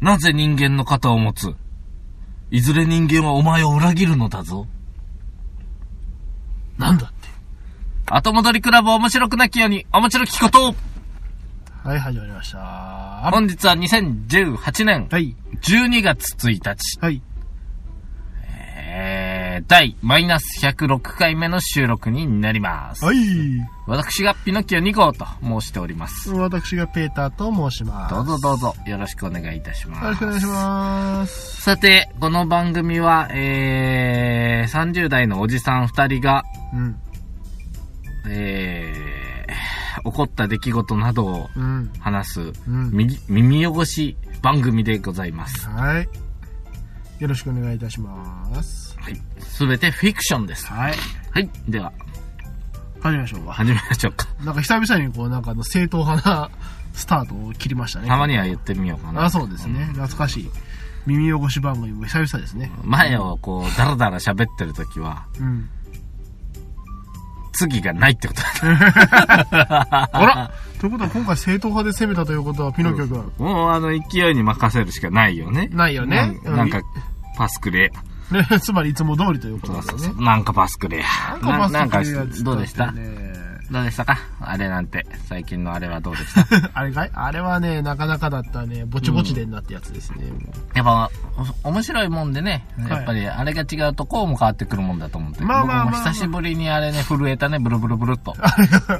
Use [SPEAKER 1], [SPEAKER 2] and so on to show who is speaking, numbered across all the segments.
[SPEAKER 1] なぜ人間の肩を持ついずれ人間はお前を裏切るのだぞ。
[SPEAKER 2] なんだって。
[SPEAKER 1] 後戻りクラブ面白くなきように、面白きこと
[SPEAKER 2] はい、始まりました。は
[SPEAKER 1] 本日は2018年
[SPEAKER 2] い。
[SPEAKER 1] 12月1日、
[SPEAKER 2] はい。
[SPEAKER 1] えー、第マイナス106回目の収録になります。
[SPEAKER 2] はい。
[SPEAKER 1] 私がピノキオ2号と申しております。
[SPEAKER 2] 私がペーターと申します。
[SPEAKER 1] どうぞどうぞよろしくお願いいたします。
[SPEAKER 2] よろしくお願いします。
[SPEAKER 1] さて、この番組は、えー、30代のおじさん2人が、
[SPEAKER 2] うん。
[SPEAKER 1] えー、起こった出来事などを
[SPEAKER 2] うん。
[SPEAKER 1] 話す、
[SPEAKER 2] うん。
[SPEAKER 1] み耳汚し番組でございます。
[SPEAKER 2] はい。よろしくお願いいたします。
[SPEAKER 1] はい。すべてフィクションです。
[SPEAKER 2] はい。
[SPEAKER 1] はい。では、
[SPEAKER 2] 始めましょうか。
[SPEAKER 1] 始めましょうか。
[SPEAKER 2] なんか久々にこう、なんかあの、正当派なスタートを切りましたね。
[SPEAKER 1] たまには言ってみようかな。
[SPEAKER 2] あ、そうですね。懐かしい。耳汚し番組も久々ですね。
[SPEAKER 1] 前をこう、だらだら喋ってる時は、
[SPEAKER 2] うん。
[SPEAKER 1] 次がないってことだ
[SPEAKER 2] あらということは今回正当派で攻めたということは、ピノキオ君。
[SPEAKER 1] もうあの、勢いに任せるしかないよね。
[SPEAKER 2] ないよね
[SPEAKER 1] なんなんか、パスくれ。
[SPEAKER 2] ね、 つまりいつも通りということ
[SPEAKER 1] そ
[SPEAKER 2] で
[SPEAKER 1] うそ
[SPEAKER 2] すよ
[SPEAKER 1] う
[SPEAKER 2] ね
[SPEAKER 1] そ。う。なんかパスくれ。ななんか、どうでした
[SPEAKER 2] ね
[SPEAKER 1] どうでしたかあれなんて、最近のあれはどうでした
[SPEAKER 2] あれかいあれはね、なかなかだったね、ぼちぼちでんなってやつですね。も
[SPEAKER 1] やっぱ、お面白いもんでね、
[SPEAKER 2] い
[SPEAKER 1] やっぱりあれが違うとこうも変わってくるもんだと思って、
[SPEAKER 2] まあまあまあ
[SPEAKER 1] 僕も久しぶりにあれね、震えたね、ブルブルブルっと。
[SPEAKER 2] う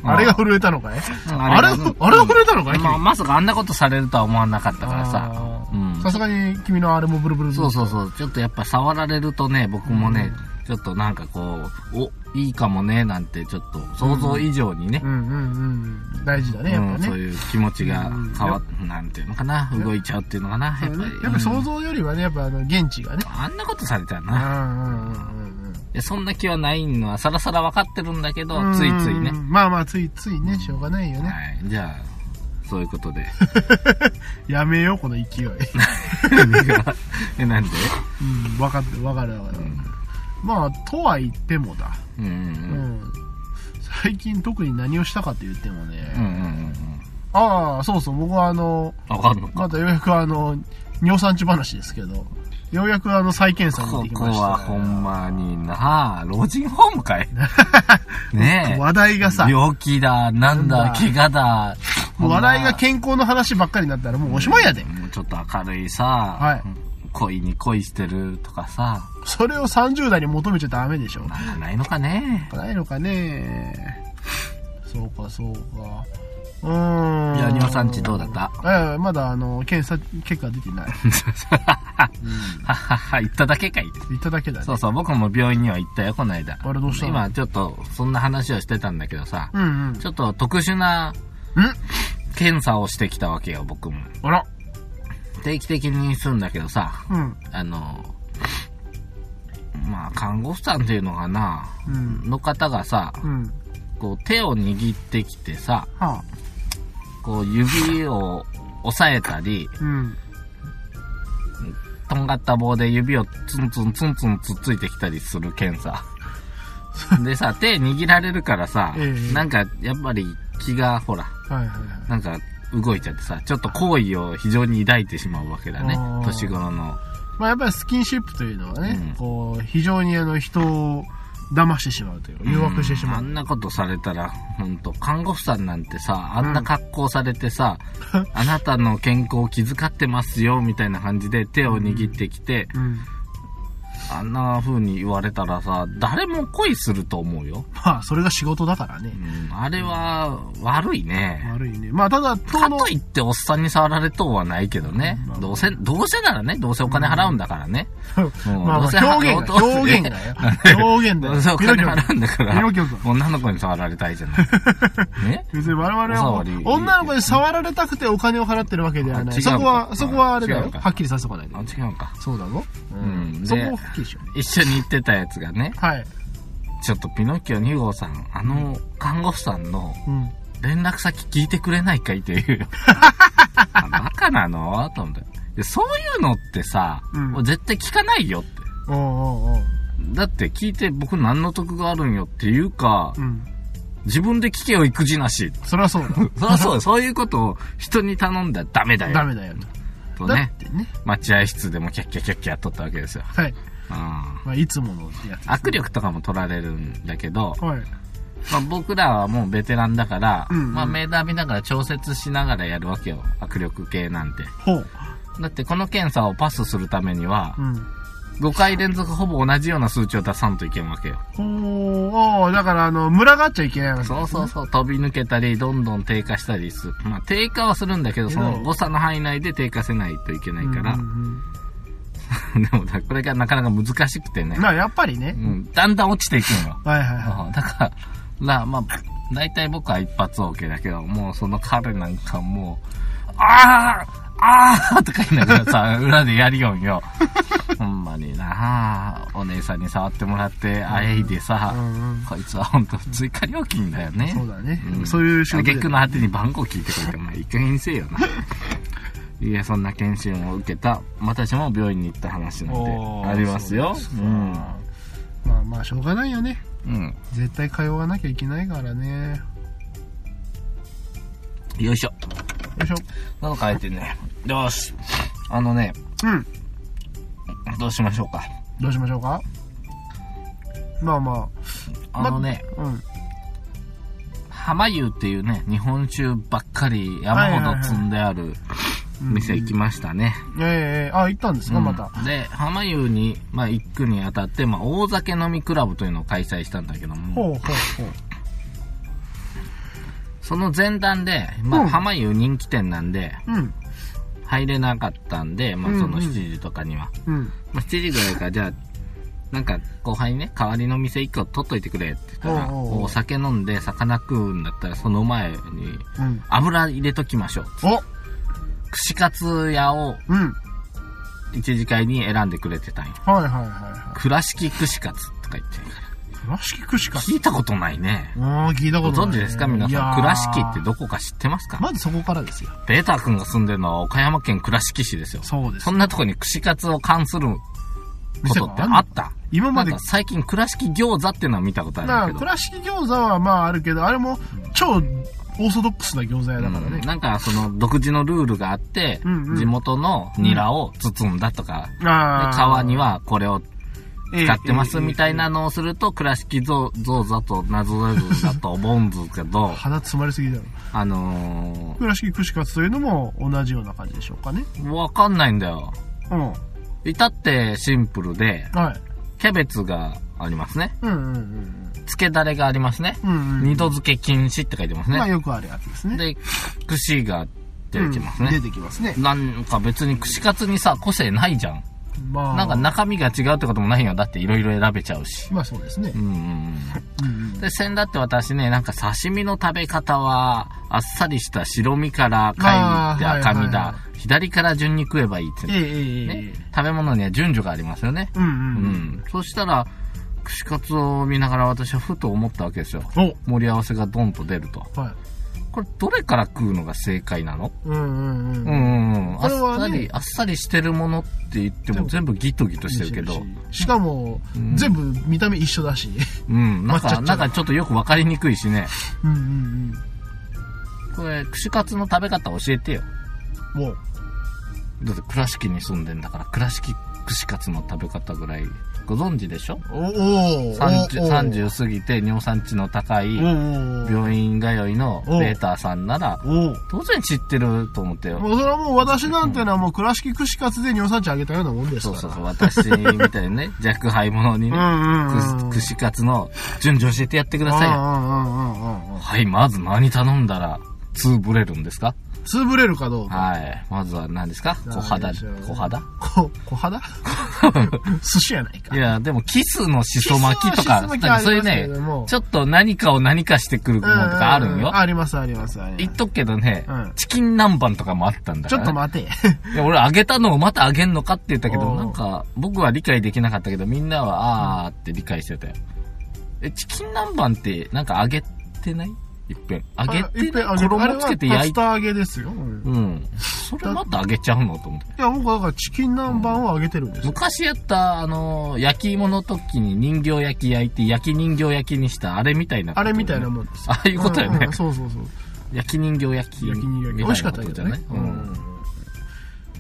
[SPEAKER 2] あれが震えたのかいあれ、あれ
[SPEAKER 1] あれ
[SPEAKER 2] が震えたのかい
[SPEAKER 1] まあ、まさかあんなことされるとは思わなかったからさ。
[SPEAKER 2] あ
[SPEAKER 1] う
[SPEAKER 2] ー
[SPEAKER 1] ん
[SPEAKER 2] さすがに君のあれもブルブル。
[SPEAKER 1] そうそううそう。ちょっとやっぱ触られるとね、僕もね、ちょっとなんかこう、お、いいかもね、なんてちょっと想像以上にね、
[SPEAKER 2] うんうんうん。大事だね、やっ
[SPEAKER 1] う
[SPEAKER 2] ぱ
[SPEAKER 1] んそう
[SPEAKER 2] ね。
[SPEAKER 1] いう気持ちが変わっ、なんていうのかな、動いちゃうっていうのかな、やっぱり。
[SPEAKER 2] やっぱ
[SPEAKER 1] う
[SPEAKER 2] 想
[SPEAKER 1] ん
[SPEAKER 2] 像よりはね、やっぱあの、現地がね。
[SPEAKER 1] あんなことされたら
[SPEAKER 2] うんう
[SPEAKER 1] な。
[SPEAKER 2] んうんうん
[SPEAKER 1] いやそんな気はないのはさらさら分かってるんだけど
[SPEAKER 2] う、ん。
[SPEAKER 1] ついついね
[SPEAKER 2] う。ん。まあまあ、ついついね、しょうがないよね。
[SPEAKER 1] はい。じゃあ、そういうこと で。
[SPEAKER 2] やめよう、この 勢い。
[SPEAKER 1] え、なんで
[SPEAKER 2] うん、わかってる、わかるわかる。まあ、とは言ってもだ。
[SPEAKER 1] うんうん
[SPEAKER 2] う
[SPEAKER 1] うん。
[SPEAKER 2] ん最近特に何をしたかって言ってもね、
[SPEAKER 1] うんうんうん
[SPEAKER 2] ああそうそう僕はあの
[SPEAKER 1] うん。わかんのか。
[SPEAKER 2] またようやくあの尿酸値話ですけどようやくあの再検査に行っ
[SPEAKER 1] こ
[SPEAKER 2] てき
[SPEAKER 1] こ
[SPEAKER 2] まし
[SPEAKER 1] は
[SPEAKER 2] た
[SPEAKER 1] ほ
[SPEAKER 2] よ
[SPEAKER 1] んまになあ、老人ホームか いねえ。
[SPEAKER 2] 話題がさ
[SPEAKER 1] 病気だ、なん
[SPEAKER 2] なん
[SPEAKER 1] だ
[SPEAKER 2] だ、
[SPEAKER 1] 怪我だ。
[SPEAKER 2] もう話題が
[SPEAKER 1] ほん
[SPEAKER 2] 健康の話ばっかりになったらもうおしまいやで、
[SPEAKER 1] まもうちょっと明るいさ、
[SPEAKER 2] はい
[SPEAKER 1] 恋に恋してるとかさ、
[SPEAKER 2] それを30代に求めちゃダメでしょ
[SPEAKER 1] なんかないのか ね。
[SPEAKER 2] ないのかねそうかそうかうーん
[SPEAKER 1] いや尿酸値どうだった
[SPEAKER 2] ええまだあの検査結果出てない、
[SPEAKER 1] ははは、言っただけかい。
[SPEAKER 2] 言っただけだね
[SPEAKER 1] そうそう、僕も病院には行ったよ、この間。
[SPEAKER 2] あれどうしたの
[SPEAKER 1] 今、ちょっと、そんな話をしてたんだけどさ、
[SPEAKER 2] うんうんん
[SPEAKER 1] ちょっと特殊な検査をしてきたわけよ、僕も。
[SPEAKER 2] あら
[SPEAKER 1] 定期的にするんだけどさ、
[SPEAKER 2] うん
[SPEAKER 1] あの、まあ、看護婦さんっていうのかな、
[SPEAKER 2] うん
[SPEAKER 1] の方がさ、
[SPEAKER 2] うん
[SPEAKER 1] こう、手を握ってきてさ、
[SPEAKER 2] はあ
[SPEAKER 1] こう、指を押さえたり、
[SPEAKER 2] うん
[SPEAKER 1] とんがった棒で指をツンツンツンツンつっついてきたりする検査。でさ、手握られるからさ、
[SPEAKER 2] ええ
[SPEAKER 1] なんかやっぱり気がほら、
[SPEAKER 2] はいはいはい
[SPEAKER 1] なんか動いちゃってさ、ちょっと好意を非常に抱いてしまうわけだね
[SPEAKER 2] あー。
[SPEAKER 1] 年頃の。
[SPEAKER 2] まあ、やっぱりスキンシップというのはね、
[SPEAKER 1] うん
[SPEAKER 2] こう非常にあの人を騙してしまうというか誘惑してしま
[SPEAKER 1] あ
[SPEAKER 2] う、
[SPEAKER 1] んなことされたら、ほんと、看護婦さんなんてさ、あんな格好されてさ、あなたの健康を気遣ってますよ、みたいな感じで手を握ってきて、
[SPEAKER 2] うん、
[SPEAKER 1] あんな風に言われたらさ、誰も恋すると思うよ。
[SPEAKER 2] まあそれが仕事だからね
[SPEAKER 1] う、ん、あれは悪いね。
[SPEAKER 2] 悪いねまあただ当
[SPEAKER 1] か
[SPEAKER 2] の
[SPEAKER 1] といっておっさんに触られとうはないけどね
[SPEAKER 2] うんまあ。
[SPEAKER 1] どうせ、どうせならね、どうせお金払うんだからね。うん
[SPEAKER 2] まあま
[SPEAKER 1] どうせ
[SPEAKER 2] あ表現
[SPEAKER 1] どう
[SPEAKER 2] が
[SPEAKER 1] せ
[SPEAKER 2] 表現 がよ表現だ
[SPEAKER 1] ど
[SPEAKER 2] よ
[SPEAKER 1] うせお
[SPEAKER 2] ピノキ
[SPEAKER 1] 金
[SPEAKER 2] オ
[SPEAKER 1] 払うんだか
[SPEAKER 2] ピノ
[SPEAKER 1] ら
[SPEAKER 2] キオ君、
[SPEAKER 1] 女の子に触られたい じゃない。ね
[SPEAKER 2] 別に我々はもう
[SPEAKER 1] お触り
[SPEAKER 2] 女の子に触られたくてお金を払ってるわけではな
[SPEAKER 1] あ違
[SPEAKER 2] い
[SPEAKER 1] の
[SPEAKER 2] うそ
[SPEAKER 1] か
[SPEAKER 2] こはそこはあれだ
[SPEAKER 1] 違
[SPEAKER 2] よ
[SPEAKER 1] うか
[SPEAKER 2] はっきりさせとかない
[SPEAKER 1] あ、
[SPEAKER 2] と
[SPEAKER 1] 違うか。
[SPEAKER 2] そうだぞ、うん
[SPEAKER 1] うん
[SPEAKER 2] そこ
[SPEAKER 1] で
[SPEAKER 2] はっきりしよう
[SPEAKER 1] 一緒に行ってたやつがね、
[SPEAKER 2] はい、
[SPEAKER 1] ちょっとピノッキオ2号さん、あの、看護婦さんの
[SPEAKER 2] うん、
[SPEAKER 1] 連絡先聞いてくれないかいって いう。あバカなのと思って。でそういうのってさ、
[SPEAKER 2] うん
[SPEAKER 1] もう絶対聞かないよって。
[SPEAKER 2] おうおうおう
[SPEAKER 1] だって聞いて僕何の得があるんよっていうか、
[SPEAKER 2] うん
[SPEAKER 1] 自分で聞けよ育児なし。
[SPEAKER 2] それはそうだ
[SPEAKER 1] そうそう、そういうことを人に頼んだらダメだよ。
[SPEAKER 2] ダメだよ
[SPEAKER 1] と
[SPEAKER 2] とだ
[SPEAKER 1] ね
[SPEAKER 2] っ、てね。
[SPEAKER 1] 待合室でもキャッキャキャッキャ取ったわけですよ。
[SPEAKER 2] はい。
[SPEAKER 1] うん
[SPEAKER 2] まあ、いつものやつ。
[SPEAKER 1] 握力とかも取られるんだけど、
[SPEAKER 2] はい。
[SPEAKER 1] まあ、僕らはもうベテランだから、
[SPEAKER 2] うんうん
[SPEAKER 1] まあ、メーター見ながら調節しながらやるわけよ握力計なんて
[SPEAKER 2] ほう。
[SPEAKER 1] だってこの検査をパスするためには
[SPEAKER 2] うん。
[SPEAKER 1] 5回連続ほぼ同じような数値を出さんといけんわけよ
[SPEAKER 2] ほう、ああ、だから、あの、群がっちゃいけないわけですね
[SPEAKER 1] そうそうそう飛び抜けたりどんどん低下したりする、まあ、低下はするんだけどその誤差の範囲内で低下せないといけないから、
[SPEAKER 2] うんうん
[SPEAKER 1] でもだこれがなかなか難しくて
[SPEAKER 2] う
[SPEAKER 1] ね
[SPEAKER 2] ん、まあ、やっぱりね
[SPEAKER 1] う。ん、だんだん落ちていくのよ
[SPEAKER 2] はいはいは
[SPEAKER 1] だから、まあ、大体僕は一発 OK だけど、もうその彼なんかもう、ああああとか言いながらさ、 裏でやりよん よ。ほんまになお姉さんに触ってもらって、あえいでさ
[SPEAKER 2] い。う、んうん。
[SPEAKER 1] こいつはほんと追加料金だよね。
[SPEAKER 2] そうだね。
[SPEAKER 1] ん
[SPEAKER 2] そういう仕事で
[SPEAKER 1] 挙句の果てに番号聞いてくれて、お前いい加減にせえ よな。いや、そんな検診を受けた、私も病院に行った話なんて
[SPEAKER 2] おー
[SPEAKER 1] ありますよ。
[SPEAKER 2] そう
[SPEAKER 1] う
[SPEAKER 2] ですか
[SPEAKER 1] ん。
[SPEAKER 2] まあまあ、しょうがないよね。
[SPEAKER 1] うん。
[SPEAKER 2] 絶対通わなきゃいけないからね。
[SPEAKER 1] よいしょ。
[SPEAKER 2] よいしょ。
[SPEAKER 1] 喉乾いてね。よし。あのね、
[SPEAKER 2] うん。
[SPEAKER 1] どうしましょうか。
[SPEAKER 2] どうしましょうかまあま
[SPEAKER 1] あのね、
[SPEAKER 2] あ。うん。
[SPEAKER 1] 浜湯っていうね、日本酒ばっかり山ほど積んである店行きましたね。
[SPEAKER 2] ええあ、行ったんですか、
[SPEAKER 1] うん
[SPEAKER 2] また。
[SPEAKER 1] で、浜湯に、まあ、行くにあたって、まあ、大酒飲みクラブというのを開催したんだけど
[SPEAKER 2] ほう
[SPEAKER 1] も、
[SPEAKER 2] ほうほう。
[SPEAKER 1] その前段で、ま
[SPEAKER 2] うん
[SPEAKER 1] あ、浜湯人気店なんで、
[SPEAKER 2] うん。
[SPEAKER 1] 入れなかったんで、まあ、その7時とかには。
[SPEAKER 2] うん。
[SPEAKER 1] まあ、7時ぐらいから、じゃあ、なんか、後輩にね、代わりの店1個取っといてくれって言ったら、
[SPEAKER 2] おうおうおう
[SPEAKER 1] お酒飲んで魚食うんだったら、その前に
[SPEAKER 2] うん。
[SPEAKER 1] 油入れときましょう。
[SPEAKER 2] お
[SPEAKER 1] 串カツ屋を
[SPEAKER 2] うん。
[SPEAKER 1] 一次会に選んでくれてたんよ。
[SPEAKER 2] はいはいはいは
[SPEAKER 1] 倉敷串カツとか言ってるから。
[SPEAKER 2] い。倉敷串か。
[SPEAKER 1] 聞いたことないね。
[SPEAKER 2] ああ、聞いた
[SPEAKER 1] ご
[SPEAKER 2] ことない、
[SPEAKER 1] 存知ですか皆
[SPEAKER 2] いや
[SPEAKER 1] さん。
[SPEAKER 2] ー
[SPEAKER 1] 倉敷ってどこか知ってますか
[SPEAKER 2] まずそこからですよ。
[SPEAKER 1] ベータ君が住んでるのは岡山県倉敷市ですよ。
[SPEAKER 2] そうです
[SPEAKER 1] そ。んなとこに串カツを関することってあった
[SPEAKER 2] 今
[SPEAKER 1] な
[SPEAKER 2] ま
[SPEAKER 1] ん
[SPEAKER 2] で
[SPEAKER 1] か、最近倉敷餃子っていうのは見たことあ
[SPEAKER 2] な
[SPEAKER 1] るけど。
[SPEAKER 2] 倉敷餃子はまああるけど、あれも超オーソドックスな餃子屋だから
[SPEAKER 1] うん
[SPEAKER 2] ね。
[SPEAKER 1] なんかその独自のルールがあって、
[SPEAKER 2] うんうん
[SPEAKER 1] 地元のニラを包んだとか、
[SPEAKER 2] あ
[SPEAKER 1] で
[SPEAKER 2] ー
[SPEAKER 1] 川にはこれを使ってますみたい。
[SPEAKER 2] えええええ
[SPEAKER 1] なのをすると、倉敷像像だと謎だと思うんですけど
[SPEAKER 2] え、鼻詰まりすぎだろ。
[SPEAKER 1] あの
[SPEAKER 2] 倉敷串カツというのも同じような感じでしょうかね。
[SPEAKER 1] ー、わかんないんだよ。
[SPEAKER 2] うん。は
[SPEAKER 1] 至ってシンプルで、
[SPEAKER 2] い。
[SPEAKER 1] キャベツがありますね。
[SPEAKER 2] うんうんうん
[SPEAKER 1] 漬けだれがありますね。
[SPEAKER 2] うん。うんうん。
[SPEAKER 1] 二度漬け禁止って書いてます
[SPEAKER 2] まあ
[SPEAKER 1] ね。
[SPEAKER 2] よくあるやつですね。
[SPEAKER 1] で、串が出てきます
[SPEAKER 2] うん
[SPEAKER 1] ね。
[SPEAKER 2] 出てきますね。
[SPEAKER 1] なんか別に串カツにさ、個性ないじゃん。
[SPEAKER 2] まあ。
[SPEAKER 1] なんか中身が違うってこともないよ。だっていろいろ選べちゃうし。
[SPEAKER 2] まあそうですね
[SPEAKER 1] う。んうん
[SPEAKER 2] うん
[SPEAKER 1] うん。で、先だって私ね、なんか刺身の食べ方は、あっさりした白身から貝にって
[SPEAKER 2] あー
[SPEAKER 1] 赤身だ、
[SPEAKER 2] はいはいは
[SPEAKER 1] 左から順に食えばいいって
[SPEAKER 2] うん。え
[SPEAKER 1] ね、
[SPEAKER 2] えええええ。
[SPEAKER 1] 食べ物には順序がありますよね。
[SPEAKER 2] うんう
[SPEAKER 1] うんん。そしたら、串カツを見ながら私はふと思ったわけですよ。
[SPEAKER 2] うん。
[SPEAKER 1] 盛り合わせがドンと出ると。
[SPEAKER 2] おはい。
[SPEAKER 1] これどれから食うのが正解なの
[SPEAKER 2] うんうんうん。
[SPEAKER 1] うんうんうん。あ
[SPEAKER 2] こ
[SPEAKER 1] っ
[SPEAKER 2] れはね
[SPEAKER 1] さり、あっさりしてるものって言っても全部ギトギトしてるけど。
[SPEAKER 2] しかも、
[SPEAKER 1] ん
[SPEAKER 2] 全部見た目一緒だし。
[SPEAKER 1] うん。なん
[SPEAKER 2] 抹茶
[SPEAKER 1] か、
[SPEAKER 2] 茶
[SPEAKER 1] なんかちょっとよくわかりにくいしね。
[SPEAKER 2] うんうん
[SPEAKER 1] これ、串カツの食べ方教えてよ。
[SPEAKER 2] うん。もう、
[SPEAKER 1] だって倉敷に住んでんだから、倉敷串カツの食べ方ぐらいご存知でしょ
[SPEAKER 2] おおお
[SPEAKER 1] 30,
[SPEAKER 2] お
[SPEAKER 1] 30過ぎて尿酸値の高い
[SPEAKER 2] お
[SPEAKER 1] 病院通いの
[SPEAKER 2] お
[SPEAKER 1] ベーターさんなら、
[SPEAKER 2] おお
[SPEAKER 1] 当然知ってると思ってよ。
[SPEAKER 2] もうそれはもう私なんてのはもう倉敷串カツで尿酸値上げたようなもんです
[SPEAKER 1] そ
[SPEAKER 2] か
[SPEAKER 1] う
[SPEAKER 2] ら。
[SPEAKER 1] そうそう、私みたい にね、弱敗者に
[SPEAKER 2] う
[SPEAKER 1] ね、
[SPEAKER 2] んうんうん。
[SPEAKER 1] く串カツの順序教えてやってくださいよ。
[SPEAKER 2] うんうんうんうんうん。
[SPEAKER 1] はい、まず何頼んだら、ツーブレるんですか
[SPEAKER 2] 潰れるかどうか。
[SPEAKER 1] はい。まずは何ですか小肌
[SPEAKER 2] 何でしょう、
[SPEAKER 1] 小肌
[SPEAKER 2] こ、小肌寿司やないか
[SPEAKER 1] い。や、でもキスのしそ巻きとか、
[SPEAKER 2] キスはしそ巻きはあります
[SPEAKER 1] そういう
[SPEAKER 2] け
[SPEAKER 1] ね
[SPEAKER 2] れども、
[SPEAKER 1] ちょっと何かを何かしてくるものとかあるん
[SPEAKER 2] うう
[SPEAKER 1] よ
[SPEAKER 2] う。ありますありますあり
[SPEAKER 1] 言っ
[SPEAKER 2] ます。
[SPEAKER 1] とくけどね
[SPEAKER 2] うん、
[SPEAKER 1] チキン南蛮とかもあったんだ
[SPEAKER 2] ち
[SPEAKER 1] か
[SPEAKER 2] ょっと
[SPEAKER 1] らね。
[SPEAKER 2] 待て。
[SPEAKER 1] いや俺あげたのをまたあげんのかって言ったけど、
[SPEAKER 2] おう
[SPEAKER 1] なんか、僕は理解できなかったけど、みんなは、あーって理解してたよ。え、チキン南蛮って、なんかあげてないいっぺん。あげ
[SPEAKER 2] いってぺ
[SPEAKER 1] ない
[SPEAKER 2] んあげあれ
[SPEAKER 1] 衣つ
[SPEAKER 2] は
[SPEAKER 1] けて
[SPEAKER 2] パ
[SPEAKER 1] 焼
[SPEAKER 2] ス
[SPEAKER 1] いて。
[SPEAKER 2] タ揚げですよ。うん
[SPEAKER 1] うん。それまたあげちゃうのと思って。
[SPEAKER 2] いや、僕はだからチキン南蛮を揚げてるんですよ。
[SPEAKER 1] 昔やった、あのー、焼き芋の時に人形焼き焼いて、焼き人形焼きにした、あれみたいなこと
[SPEAKER 2] あ
[SPEAKER 1] ね、
[SPEAKER 2] れみたいなもんですよ。
[SPEAKER 1] ああいうことよね
[SPEAKER 2] うんうんそうそうそう。
[SPEAKER 1] 焼き人形焼き。
[SPEAKER 2] 焼き肉
[SPEAKER 1] み
[SPEAKER 2] 焼き。美
[SPEAKER 1] た
[SPEAKER 2] 味
[SPEAKER 1] い
[SPEAKER 2] し
[SPEAKER 1] な
[SPEAKER 2] か
[SPEAKER 1] こと
[SPEAKER 2] ったけ
[SPEAKER 1] じゃ
[SPEAKER 2] ど
[SPEAKER 1] ない
[SPEAKER 2] ね。
[SPEAKER 1] うん。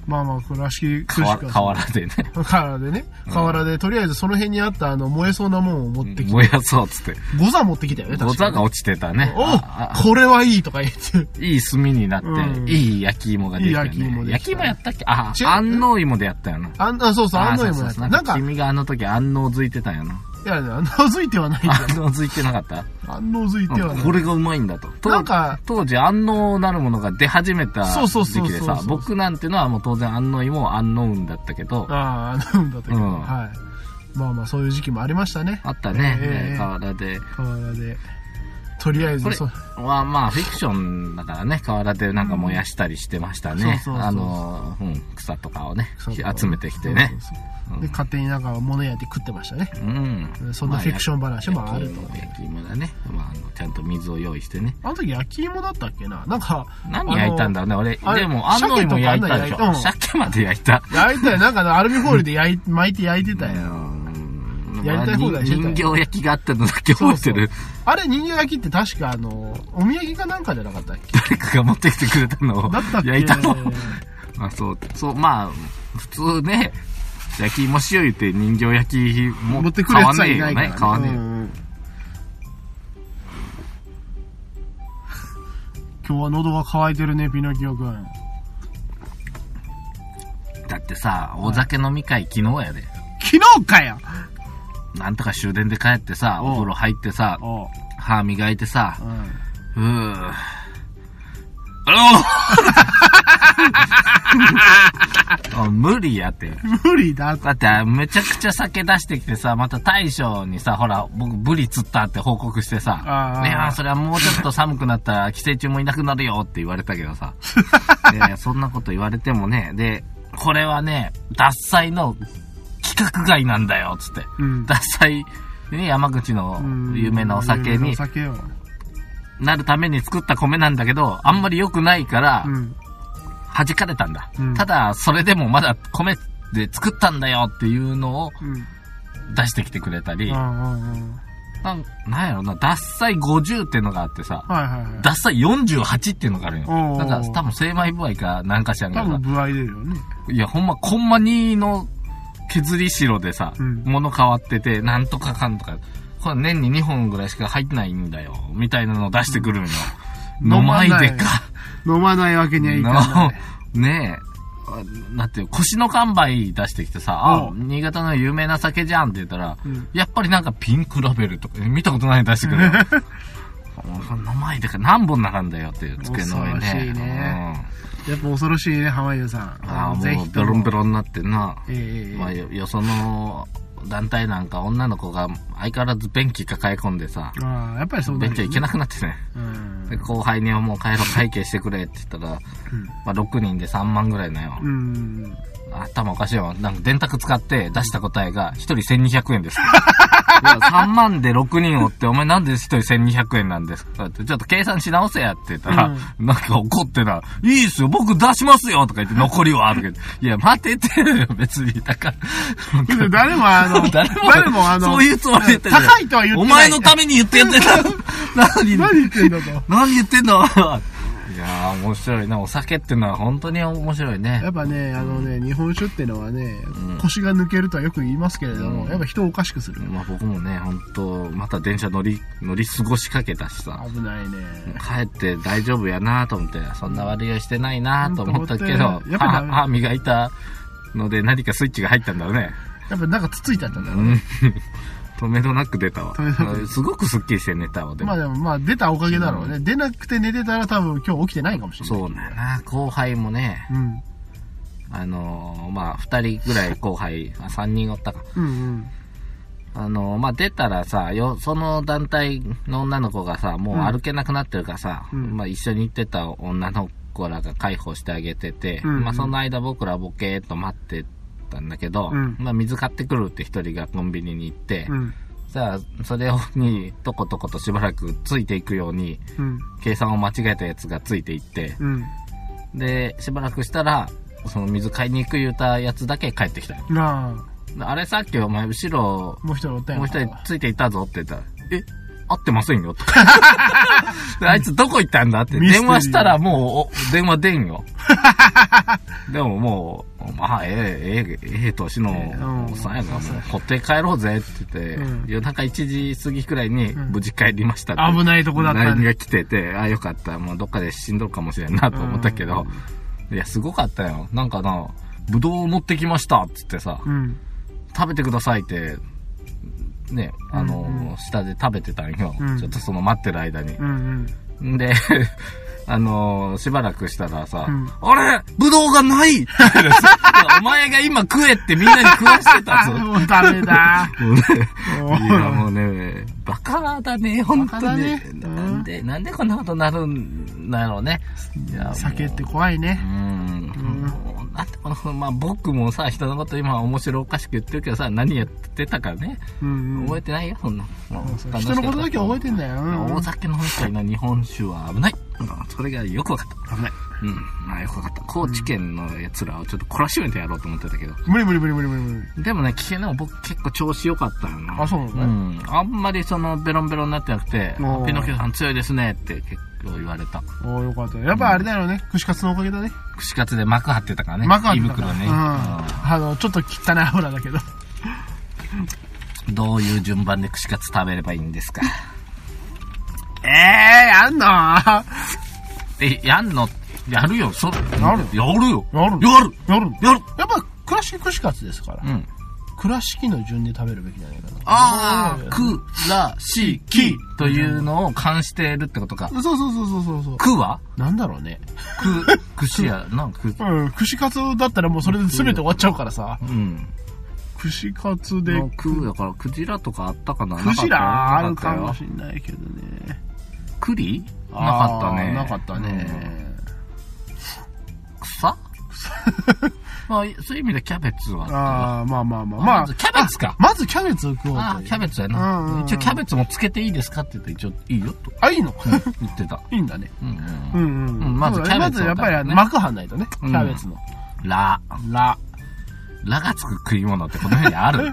[SPEAKER 2] まあまあ、倉敷、倉
[SPEAKER 1] 河
[SPEAKER 2] 敷は
[SPEAKER 1] 河原でね。
[SPEAKER 2] 河原でね。河原で、とりあえずその辺にあった、あの、燃えそうなもんを持ってきて、
[SPEAKER 1] 燃やそうっつって。
[SPEAKER 2] ゴザ持ってきたよね、
[SPEAKER 1] ご
[SPEAKER 2] 確
[SPEAKER 1] ざ
[SPEAKER 2] かに。
[SPEAKER 1] が落ちてたね。ああ
[SPEAKER 2] おこれはいいとか言って。
[SPEAKER 1] いい炭になって、
[SPEAKER 2] うん
[SPEAKER 1] いい焼き芋ができた、ね。
[SPEAKER 2] いい焼き芋できた
[SPEAKER 1] 焼き芋やったっけあ
[SPEAKER 2] 違、う
[SPEAKER 1] 安納芋でやったよな。
[SPEAKER 2] あんあ、そうそう、あんの
[SPEAKER 1] そう
[SPEAKER 2] にも
[SPEAKER 1] そう
[SPEAKER 2] やっ
[SPEAKER 1] そうな
[SPEAKER 2] た。なんん
[SPEAKER 1] か
[SPEAKER 2] か、い
[SPEAKER 1] 君があの時安納づいてたよな。
[SPEAKER 2] や、あの、づいてはないんだよ。
[SPEAKER 1] 安納づいてなかった
[SPEAKER 2] あのづいてはない。
[SPEAKER 1] これがうまいんだと。と
[SPEAKER 2] なんか
[SPEAKER 1] 当時安納なるものが出始めた
[SPEAKER 2] そうそう
[SPEAKER 1] 時
[SPEAKER 2] そうそう
[SPEAKER 1] 期でさ、僕なんてのはもう当然安納芋は安納運だったけど、あ
[SPEAKER 2] ああ、なんだったけど、
[SPEAKER 1] うん
[SPEAKER 2] はい。まあまあ、そういう時期もありましたね。
[SPEAKER 1] ったね、
[SPEAKER 2] ええええ
[SPEAKER 1] 河原で。
[SPEAKER 2] 河原で。とりあえ
[SPEAKER 1] こ
[SPEAKER 2] ず、
[SPEAKER 1] れ
[SPEAKER 2] そう。
[SPEAKER 1] はまあフィクションだからね、河原でなんか燃やしたりしてましたね。
[SPEAKER 2] そうそうそうそう
[SPEAKER 1] あの、うん、草とかをね、
[SPEAKER 2] 草とか
[SPEAKER 1] 集めてきてね。
[SPEAKER 2] そうそうそうで、勝手になんか物焼いて食ってましたね。
[SPEAKER 1] うん
[SPEAKER 2] うんそんなフィクション話もあると
[SPEAKER 1] まあ焼き芋焼き芋だね。まあ、あの、ちゃんと水を用意してね。
[SPEAKER 2] あの時焼き芋だったっけななんか、
[SPEAKER 1] 何焼いたん
[SPEAKER 2] だ
[SPEAKER 1] だろうね、
[SPEAKER 2] あ
[SPEAKER 1] 俺。
[SPEAKER 2] れ
[SPEAKER 1] でも、安納芋焼いたでし
[SPEAKER 2] 鮭とかあん
[SPEAKER 1] ょ。
[SPEAKER 2] な焼い
[SPEAKER 1] 鮭まで焼いた。
[SPEAKER 2] 焼いたよ。なんかねアルミホイルで焼い、巻いて焼いてた
[SPEAKER 1] う
[SPEAKER 2] よ。
[SPEAKER 1] ん
[SPEAKER 2] やりたい放題してたよ
[SPEAKER 1] まあ人形焼きがあったのだけ覚えてる。
[SPEAKER 2] あれ、人形焼きって確かあの、お土産かなんかじゃなかったっ け
[SPEAKER 1] 誰かが持ってきてくれたの
[SPEAKER 2] だったっ
[SPEAKER 1] を
[SPEAKER 2] け
[SPEAKER 1] 焼いたの。まあそう、そう、まあ、普通ね、焼き芋しよう言って人形焼きも
[SPEAKER 2] 持ってくる
[SPEAKER 1] 買
[SPEAKER 2] や
[SPEAKER 1] わ
[SPEAKER 2] つは
[SPEAKER 1] ねえ
[SPEAKER 2] い
[SPEAKER 1] よ
[SPEAKER 2] ないから、
[SPEAKER 1] ね。買わねえよ。
[SPEAKER 2] うん今日は喉が渇いてるね、ピノキオくん。
[SPEAKER 1] だってさ、お酒飲み会昨日やで。
[SPEAKER 2] 昨日かよ
[SPEAKER 1] なんとか終電で帰ってさ、
[SPEAKER 2] うん
[SPEAKER 1] お風呂入ってさ、
[SPEAKER 2] おう、
[SPEAKER 1] 歯磨いてさ、
[SPEAKER 2] う
[SPEAKER 1] う
[SPEAKER 2] ん。
[SPEAKER 1] ー。 あのあ無理やって。
[SPEAKER 2] 無理だ
[SPEAKER 1] だって、めちゃくちゃ酒出してきてさ、また大将にさ、ほら、僕、ブリ釣ったって報告して
[SPEAKER 2] あ
[SPEAKER 1] さ、
[SPEAKER 2] ー
[SPEAKER 1] いやー、それはもうちょっと寒くなったら、寄生虫もいなくなるよって言われたけど さ、いやいやそんなこと言われてもね、で、これはね、脱菜の規格外なんだよ、つって。
[SPEAKER 2] うん
[SPEAKER 1] 脱菜、ね、山口の
[SPEAKER 2] うん
[SPEAKER 1] 有名なお酒
[SPEAKER 2] 有名なお
[SPEAKER 1] に
[SPEAKER 2] 酒よ。
[SPEAKER 1] なるために作った米なんだけど、あんまり良くないから
[SPEAKER 2] う、ん。
[SPEAKER 1] 弾かれたんだ
[SPEAKER 2] うん。
[SPEAKER 1] ただ、それでもまだ米で作ったんだよっていうのを、
[SPEAKER 2] うん。
[SPEAKER 1] 出してきてくれたり、
[SPEAKER 2] うんうんうん。
[SPEAKER 1] なんなんやろな、脱菜50っていうのがあってさ、
[SPEAKER 2] はいはいはい。
[SPEAKER 1] 脱菜48っていうのがあるんよ
[SPEAKER 2] おうおう。
[SPEAKER 1] だから多分精米部合かなんかしらんけ
[SPEAKER 2] 多
[SPEAKER 1] どさ
[SPEAKER 2] 分、具合出るよね。
[SPEAKER 1] いやほんま、コンマ2の削りしろでさ、
[SPEAKER 2] うん
[SPEAKER 1] 物変わってて、なんとかかんとか、これ年に2本ぐらいしか入ってないんだよ、みたいなのを出してくるんよ。
[SPEAKER 2] うん
[SPEAKER 1] 飲まいで
[SPEAKER 2] 飲まない
[SPEAKER 1] か。
[SPEAKER 2] 飲まないわけにはい かない。
[SPEAKER 1] のねえ。あだって、腰の乾杯出してきてさ、あ
[SPEAKER 2] う、
[SPEAKER 1] 新潟の有名な酒じゃんって言ったら、
[SPEAKER 2] うん
[SPEAKER 1] やっぱりなんかピンクラベルとか、え 見たことないの出してくる。もうその前でか何本並んだよっていう机の上ね。
[SPEAKER 2] 恐ろしいねやっぱ恐ろしいね、濱家さ
[SPEAKER 1] うん
[SPEAKER 2] ん。
[SPEAKER 1] ああ、
[SPEAKER 2] ぜ
[SPEAKER 1] もう
[SPEAKER 2] ひ
[SPEAKER 1] ベ
[SPEAKER 2] とも
[SPEAKER 1] ロンベロンになってな。
[SPEAKER 2] ええ
[SPEAKER 1] まあ、よ、よその団体なんか女の子が相変わらず便器抱え込んでさ、
[SPEAKER 2] ああ、やっぱりそうだ
[SPEAKER 1] 便所行けなくなってね。
[SPEAKER 2] うん
[SPEAKER 1] で後輩にはもう帰ろう会計してくれって言ったら、まあ6人で3万ぐらいなよ。
[SPEAKER 2] うん。
[SPEAKER 1] 頭おかしいわ。なんか電卓使って出した答えが、一人1200円です。 いや3万で6人おって、お前なんで一人1200円なんですかって、ちょっと計算し直せやって言ったら、なんか怒ってな、いいっすよ、僕出しますよとか言って、残りはとか言って、いや、待ててよ、別に。だ から、
[SPEAKER 2] で誰もあの、
[SPEAKER 1] 誰も、
[SPEAKER 2] 誰もあの、
[SPEAKER 1] そういうつもりで言ってんだよ
[SPEAKER 2] 高いとは言ってな
[SPEAKER 1] お
[SPEAKER 2] い。
[SPEAKER 1] 前のために言ってやって たのなのに、
[SPEAKER 2] 何言ってんだと。
[SPEAKER 1] 何言ってんだ、お前は。いやー、面白いな。お酒ってのは本当に面白いね
[SPEAKER 2] や。っぱね、あのね、日本酒ってのはね、腰が抜けるとはよく言いますけれども、やっぱ人をおかしくする。
[SPEAKER 1] まあ僕もね、本当また電車乗り、乗り過ごしかけたしさ、
[SPEAKER 2] 危ないね。
[SPEAKER 1] 帰って大丈夫やなと思って、そんな悪いよしてないなと思ったけど、
[SPEAKER 2] やっぱダ
[SPEAKER 1] 歯
[SPEAKER 2] メ
[SPEAKER 1] 歯磨いたので何かスイッチが入ったんだろうね。
[SPEAKER 2] やっぱなんかつついちゃったんだ
[SPEAKER 1] う
[SPEAKER 2] ろうね。
[SPEAKER 1] ん。止めどなく出たわ
[SPEAKER 2] とめどな。
[SPEAKER 1] すごくスッキリして寝たわ、で
[SPEAKER 2] ま
[SPEAKER 1] も。
[SPEAKER 2] あでもまあ出たおかげだろうね。出なくて寝てたら多分今日起きてないかもしれない。
[SPEAKER 1] そうなんやな。後輩もね、
[SPEAKER 2] うん。
[SPEAKER 1] あのーまあ、二人ぐらい後輩、あ、三人おったか。
[SPEAKER 2] うんうん。
[SPEAKER 1] あのーまあ、出たらさ、よ、その団体の女の子がさ、もう歩けなくなってるからさ、
[SPEAKER 2] うん
[SPEAKER 1] まあ、一緒に行ってた女の子らが介抱してあげてて、
[SPEAKER 2] うん
[SPEAKER 1] まあ、その間僕らボケーっと待ってたんだけど、
[SPEAKER 2] うん
[SPEAKER 1] まあ、水買ってくるって一人がコンビニに行って、
[SPEAKER 2] うん。
[SPEAKER 1] さあ、それをに、とことことしばらくついていくように、
[SPEAKER 2] うん。
[SPEAKER 1] 計算を間違えたやつがついていって、
[SPEAKER 2] うん。
[SPEAKER 1] で、しばらくしたら、その水買いに行く言うたやつだけ帰ってきたよ。
[SPEAKER 2] なあ、
[SPEAKER 1] あれさっきお前後ろ
[SPEAKER 2] もう一人おったやん
[SPEAKER 1] もう
[SPEAKER 2] か
[SPEAKER 1] 一人ついていたぞって言ったら、え会ってませ んよと。であいつどこ行ったんだって。
[SPEAKER 2] ミステリー
[SPEAKER 1] 電話したらもうお電話出んよ。でももう、まあ、ええ、ええ、ええ年のおっさんやから、もう、固定帰ろうぜって言って、
[SPEAKER 2] うん
[SPEAKER 1] 夜中1時過ぎくらいに
[SPEAKER 2] ん
[SPEAKER 1] 無事帰りましたって。
[SPEAKER 2] 危ないとこだったね
[SPEAKER 1] LINE が来てて、あ、よかった。もうどっかで死んどるかもしれんなと思ったけど、いや、すごかったよ。なんかな、ぶどうを持ってきましたっつってさ、
[SPEAKER 2] うん。
[SPEAKER 1] 食べてくださいって、ね、あの、
[SPEAKER 2] うん
[SPEAKER 1] 下で食べてたんよ。
[SPEAKER 2] うん
[SPEAKER 1] ちょっとその待ってる間に
[SPEAKER 2] う。んうん。
[SPEAKER 1] んで、 あのーしばらくしたらさ、
[SPEAKER 2] うん
[SPEAKER 1] あれブドウがない お前が今食えってみんなに食わしてた
[SPEAKER 2] あ、
[SPEAKER 1] ぞ。
[SPEAKER 2] もうダメ だ。
[SPEAKER 1] もうね
[SPEAKER 2] もう
[SPEAKER 1] いや、もうね、バカだね、本当
[SPEAKER 2] バカだ
[SPEAKER 1] に、
[SPEAKER 2] ね
[SPEAKER 1] なんで、なんでこんなことになるんだろうね。いやもう
[SPEAKER 2] 酒って怖いうね。
[SPEAKER 1] ん。もうなんてこのまあ、僕もさ、人のこと今面白おかしく言ってるけどさ、何やってたかね、
[SPEAKER 2] うんう
[SPEAKER 1] 覚え
[SPEAKER 2] ん。
[SPEAKER 1] てないよ、そんな。もう楽しか
[SPEAKER 2] 人
[SPEAKER 1] った
[SPEAKER 2] のことだけ覚えてんだよ。うん
[SPEAKER 1] 大酒の本会の日本酒は危ない。うんそれがよくわかった。
[SPEAKER 2] 危ない。
[SPEAKER 1] うん、まあよくわかった。高知県の奴らをちょっと懲らしめてやろうと思ってたけど。
[SPEAKER 2] 無理無理無理無理無理無理。
[SPEAKER 1] でもね、聞けない僕結構調子良かったよな。
[SPEAKER 2] あそう
[SPEAKER 1] う
[SPEAKER 2] なの
[SPEAKER 1] ん。あんまりその、ベロンベロンになってなくて、ピ
[SPEAKER 2] おー
[SPEAKER 1] ノキオさん強いですねって結構言われた。
[SPEAKER 2] おーよかった。やっぱあれだよね。串カツのおかげだね。
[SPEAKER 1] 串カツで膜張ってたからね。
[SPEAKER 2] マカ
[SPEAKER 1] 胃
[SPEAKER 2] ンだか
[SPEAKER 1] 袋
[SPEAKER 2] ら
[SPEAKER 1] ね。
[SPEAKER 2] うん。あの、ちょっと汚い油だけど。
[SPEAKER 1] うんどういう順番で串カツ食べればいいんですか。
[SPEAKER 2] ええー、やんの や
[SPEAKER 1] え、やんのやるよ、そ、や
[SPEAKER 2] る
[SPEAKER 1] やるよ。
[SPEAKER 2] る
[SPEAKER 1] やる
[SPEAKER 2] るの
[SPEAKER 1] やる
[SPEAKER 2] やっぱ、倉敷串カツですから
[SPEAKER 1] う。ん。
[SPEAKER 2] 倉敷の順で食べるべきじゃないかな。
[SPEAKER 1] あ
[SPEAKER 2] う
[SPEAKER 1] ー、
[SPEAKER 2] ん
[SPEAKER 1] くらしきというのを冠しているってことか。
[SPEAKER 2] そうそうそうそうそうそう。
[SPEAKER 1] くは
[SPEAKER 2] なんだろうね。
[SPEAKER 1] く、くしや、なんく、
[SPEAKER 2] うん、串カツだったらもうそれで全て終わっちゃうからさ。
[SPEAKER 1] うん。
[SPEAKER 2] 串カツで
[SPEAKER 1] の、くだから、クジラとかあったかな
[SPEAKER 2] クジラあ
[SPEAKER 1] な
[SPEAKER 2] る
[SPEAKER 1] かっ
[SPEAKER 2] か
[SPEAKER 1] たなか
[SPEAKER 2] も
[SPEAKER 1] ったよ。
[SPEAKER 2] しんないけどね。
[SPEAKER 1] くりなかったね。
[SPEAKER 2] あーなかったね。
[SPEAKER 1] うん。 草まあ、そういう意味でキャベツはあったな。
[SPEAKER 2] ああ、まあまあまあ
[SPEAKER 1] あ
[SPEAKER 2] まあ。
[SPEAKER 1] まずキャベツか
[SPEAKER 2] あまずキャベツを食おう
[SPEAKER 1] あ
[SPEAKER 2] と
[SPEAKER 1] ー
[SPEAKER 2] いう
[SPEAKER 1] キャベツや
[SPEAKER 2] うんうんう
[SPEAKER 1] な。
[SPEAKER 2] ん
[SPEAKER 1] 一応キャベツもつけていいですかって言って、一応いいよと
[SPEAKER 2] あ、いいの
[SPEAKER 1] 言ってた。
[SPEAKER 2] いいんだね。
[SPEAKER 1] うんう。
[SPEAKER 2] うんんう
[SPEAKER 1] うん
[SPEAKER 2] ん。
[SPEAKER 1] まず
[SPEAKER 2] そうだね
[SPEAKER 1] キャ
[SPEAKER 2] ま
[SPEAKER 1] ベツ
[SPEAKER 2] ず
[SPEAKER 1] を
[SPEAKER 2] やっぱり
[SPEAKER 1] 食べ
[SPEAKER 2] あ
[SPEAKER 1] る
[SPEAKER 2] の
[SPEAKER 1] ね
[SPEAKER 2] 膜張んないとね。キ
[SPEAKER 1] うん
[SPEAKER 2] ャベツの。
[SPEAKER 1] ラ、
[SPEAKER 2] ラ、
[SPEAKER 1] ラがつく食い物ってこの辺にあ る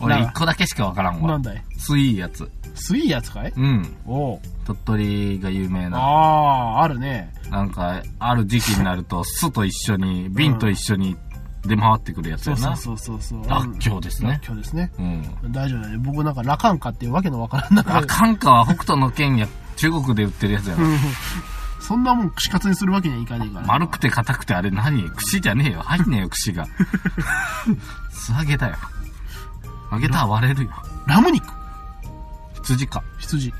[SPEAKER 1] 俺
[SPEAKER 2] ラ
[SPEAKER 1] 一個だけしかわからん
[SPEAKER 2] な
[SPEAKER 1] わ
[SPEAKER 2] ん。だい
[SPEAKER 1] スイーやつ。
[SPEAKER 2] スイーやつかい
[SPEAKER 1] うん。
[SPEAKER 2] おう
[SPEAKER 1] 鳥取が有名な。
[SPEAKER 2] ああー、あるね。
[SPEAKER 1] なんか、ある時期になると、酢と一緒に、瓶と一緒に出回ってくるやつ
[SPEAKER 2] そ
[SPEAKER 1] や
[SPEAKER 2] うそ
[SPEAKER 1] な
[SPEAKER 2] う。そうそうそう。
[SPEAKER 1] らっきょうです
[SPEAKER 2] ら
[SPEAKER 1] ね
[SPEAKER 2] っ。きょうですね。
[SPEAKER 1] うん。
[SPEAKER 2] 大丈夫だね。僕なんかラカンカっていうわけのわからんな
[SPEAKER 1] あ、カンカは北斗の剣や、中国で売ってるやつやな。
[SPEAKER 2] そんなもん串カツにするわけにはいかねえから。
[SPEAKER 1] 丸くて硬くてあれ何串じゃねえよ。入んねえよ、串が。素揚げだよ。揚げたら割れるよ。
[SPEAKER 2] ラム肉
[SPEAKER 1] 羊か。
[SPEAKER 2] 羊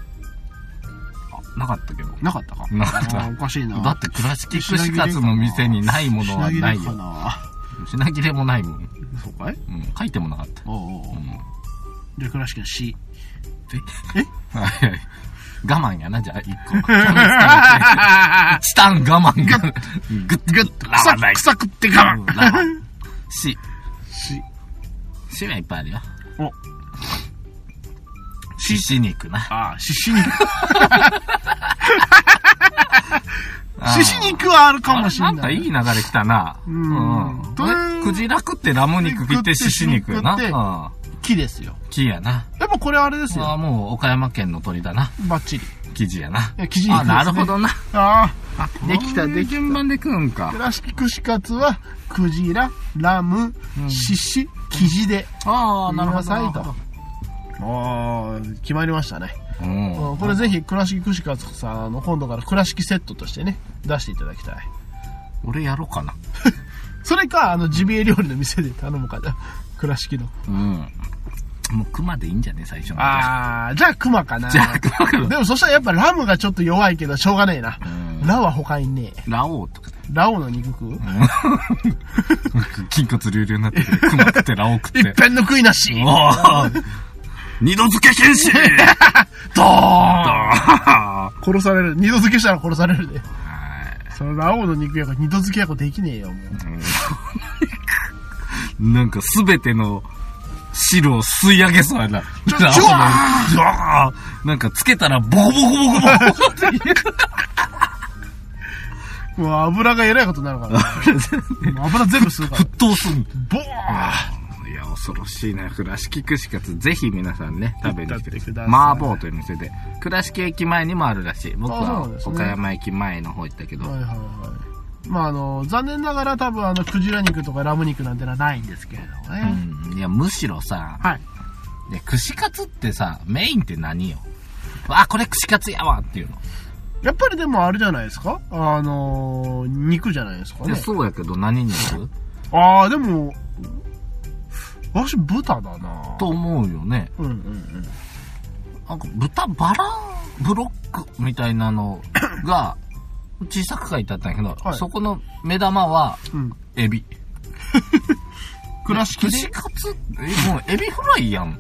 [SPEAKER 1] なかったけど。
[SPEAKER 2] なかったか
[SPEAKER 1] なかった
[SPEAKER 2] あーおかしいな。
[SPEAKER 1] だって、倉敷串カツの店にないものはな
[SPEAKER 2] 品
[SPEAKER 1] い
[SPEAKER 2] 切れか
[SPEAKER 1] よ。
[SPEAKER 2] な
[SPEAKER 1] 品切れもないもん。うん。
[SPEAKER 2] そうかい
[SPEAKER 1] 書いてもなかった。
[SPEAKER 2] おうおう
[SPEAKER 1] うん。
[SPEAKER 2] じゃあ倉敷の C。
[SPEAKER 1] え
[SPEAKER 2] え
[SPEAKER 1] はいはい。我慢やな、じゃあ、一個。チタン我慢が。ぐっ ぐっと、ラ
[SPEAKER 2] 臭
[SPEAKER 1] バ
[SPEAKER 2] く
[SPEAKER 1] ない。
[SPEAKER 2] 臭くって我
[SPEAKER 1] うん
[SPEAKER 2] 慢。
[SPEAKER 1] ラバし、
[SPEAKER 2] C。
[SPEAKER 1] しはいっぱいあるよ。
[SPEAKER 2] お、
[SPEAKER 1] しし肉な。
[SPEAKER 2] あー、獅子 肉。獅子肉はあるかもしれ
[SPEAKER 1] あなんか
[SPEAKER 2] ないい。
[SPEAKER 1] い流れ来たな。うん
[SPEAKER 2] と
[SPEAKER 1] ん。えクジラ食ってラム肉食ってしし肉や
[SPEAKER 2] 食って
[SPEAKER 1] な。
[SPEAKER 2] 木ですよ。
[SPEAKER 1] うん。木やな。
[SPEAKER 2] やっぱこれあれです
[SPEAKER 1] あ
[SPEAKER 2] よ。
[SPEAKER 1] あ、もう岡山県の鳥だな。
[SPEAKER 2] バッチリ。
[SPEAKER 1] 生地やな。
[SPEAKER 2] いや生地肉
[SPEAKER 1] あ、なるほどな。
[SPEAKER 2] あ
[SPEAKER 1] できた、でき順番で食うんか
[SPEAKER 2] あ。。倉敷串カツは、クジラ、ラム、獅子、キジで。
[SPEAKER 1] ああ、なるほど。
[SPEAKER 2] なるほど。ああ、決まりましたね。
[SPEAKER 1] うん。
[SPEAKER 2] うんこれぜひ倉敷串カツさんあの今度から倉敷セットとしてね出していただきたい
[SPEAKER 1] 俺やろうかな。
[SPEAKER 2] それかあのジビエ料理の店で頼むかな 倉敷の
[SPEAKER 1] うん。もう熊でいいんじゃね最初の。
[SPEAKER 2] ああじゃあ熊かな
[SPEAKER 1] じゃあ熊かな
[SPEAKER 2] でもそしたらやっぱラムがちょっと弱いけどしょうがねえな、
[SPEAKER 1] ん
[SPEAKER 2] ラは他にねえ
[SPEAKER 1] ラオウとか。
[SPEAKER 2] ラオの肉食う、
[SPEAKER 1] 筋骨隆々になって くる。熊食ってラオウ食って
[SPEAKER 2] 一。遍の食いなし
[SPEAKER 1] おー二度漬け剣士
[SPEAKER 2] ドーン
[SPEAKER 1] は
[SPEAKER 2] 殺される二度漬けしたら殺されるで
[SPEAKER 1] い
[SPEAKER 2] そのラオの肉やから二度漬けやからできねえよもう
[SPEAKER 1] なんかすべての汁を吸い上げそうやな。
[SPEAKER 2] ち
[SPEAKER 1] ラ
[SPEAKER 2] ょ
[SPEAKER 1] オウの
[SPEAKER 2] ちょわ
[SPEAKER 1] ジュワーなんかつけたらボコボコボ コボコって言う。
[SPEAKER 2] もう油がえらいことにな るから、もう油全部吸うから
[SPEAKER 1] 沸騰すん。
[SPEAKER 2] ボーン
[SPEAKER 1] いや、恐ろしいな。倉敷串カツ、ぜひ皆さんね、食べに来て
[SPEAKER 2] 行ってください
[SPEAKER 1] 麻婆という店で。倉敷駅前にもあるらしい。僕
[SPEAKER 2] あそうな
[SPEAKER 1] は
[SPEAKER 2] んですね
[SPEAKER 1] 岡山駅前の方行ったけど、
[SPEAKER 2] はいはいはいまあ、あの、残念ながら多分あの、クジラ肉とかラム肉なんてのはないんですけれどもね。
[SPEAKER 1] うん。いや、むしろさ、
[SPEAKER 2] はい。
[SPEAKER 1] で、串カツってさ、メインって何よわあ、これ串カツやわっていうの。
[SPEAKER 2] やっぱりでもあれじゃないですかあのー、肉じゃないですか
[SPEAKER 1] いや
[SPEAKER 2] ね。
[SPEAKER 1] そうやけど何にする
[SPEAKER 2] ああ、でも、わし豚だな
[SPEAKER 1] と思うよね。
[SPEAKER 2] うんうんうん。
[SPEAKER 1] なんか豚バラブロックみたいなのが、小さく書いてあったんやけど、
[SPEAKER 2] はい
[SPEAKER 1] そこの目玉は、
[SPEAKER 2] うん。
[SPEAKER 1] エビ。
[SPEAKER 2] 倉敷で
[SPEAKER 1] 串カツえ、もうエビフライやん。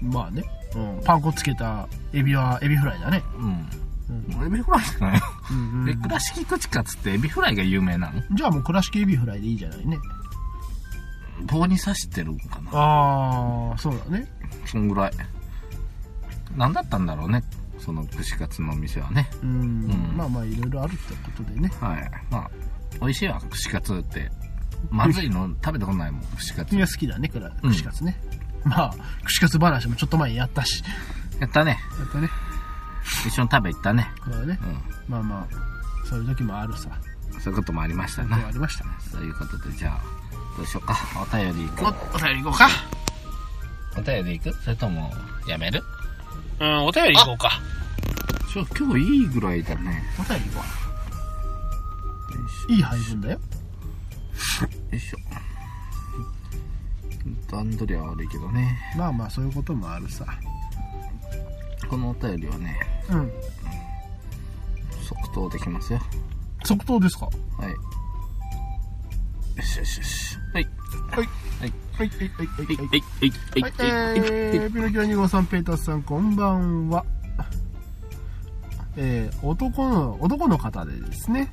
[SPEAKER 2] まあね。うん。パン粉つけたエビはエビフライだね。
[SPEAKER 1] うん。エビフライじゃない
[SPEAKER 2] うん
[SPEAKER 1] で、倉敷口カツってエビフライが有名なの
[SPEAKER 2] じゃあもう倉敷エビフライでいいじゃないね。
[SPEAKER 1] 棒に刺してるんかな
[SPEAKER 2] ああ、そうだね。
[SPEAKER 1] そんぐらい。なんだったんだろうね。その串カツのお店はね。
[SPEAKER 2] うん。
[SPEAKER 1] ん
[SPEAKER 2] まあまあいろいろあるってことでね。
[SPEAKER 1] はい。まあ、美味しいわ、串カツって。まずいの食べたことないもん、串カツ。
[SPEAKER 2] 君
[SPEAKER 1] や
[SPEAKER 2] は好きだね、くら
[SPEAKER 1] うん
[SPEAKER 2] 串カツね。まあ、串カツ話もちょっと前にやったし。
[SPEAKER 1] ったね。
[SPEAKER 2] やったね。
[SPEAKER 1] 一緒に食べ行ったね。
[SPEAKER 2] これはね
[SPEAKER 1] う。ん。
[SPEAKER 2] まあまあ、そういう時もあるさ。
[SPEAKER 1] そういうこともありました
[SPEAKER 2] ことはあ
[SPEAKER 1] な。
[SPEAKER 2] りました。
[SPEAKER 1] ということで、じゃあ、どうしようか。お便り行く。
[SPEAKER 2] お、お便り行こうか。
[SPEAKER 1] お便り行くそれとも、やめる
[SPEAKER 2] うん、お便り行こうか。
[SPEAKER 1] ちょ、今日いいぐらいだね。
[SPEAKER 2] お便り行こ
[SPEAKER 1] よいしょ
[SPEAKER 2] う。いい配分だよ。
[SPEAKER 1] よいしょ。段取りは悪いけどね。
[SPEAKER 2] まあまあ、そういうこともあるさ。
[SPEAKER 1] このお便りはね、
[SPEAKER 2] うん。
[SPEAKER 1] 即答できますよ。
[SPEAKER 2] 即答ですか
[SPEAKER 1] はい。よしよしよし。はい。
[SPEAKER 2] はい。
[SPEAKER 1] はい。
[SPEAKER 2] はい、はい、はい、はい。はい
[SPEAKER 1] い。はい。
[SPEAKER 2] はい、えー、ピノキオ2号さん、ペータスさん、こんばんは。えー、男の、男の方でですね、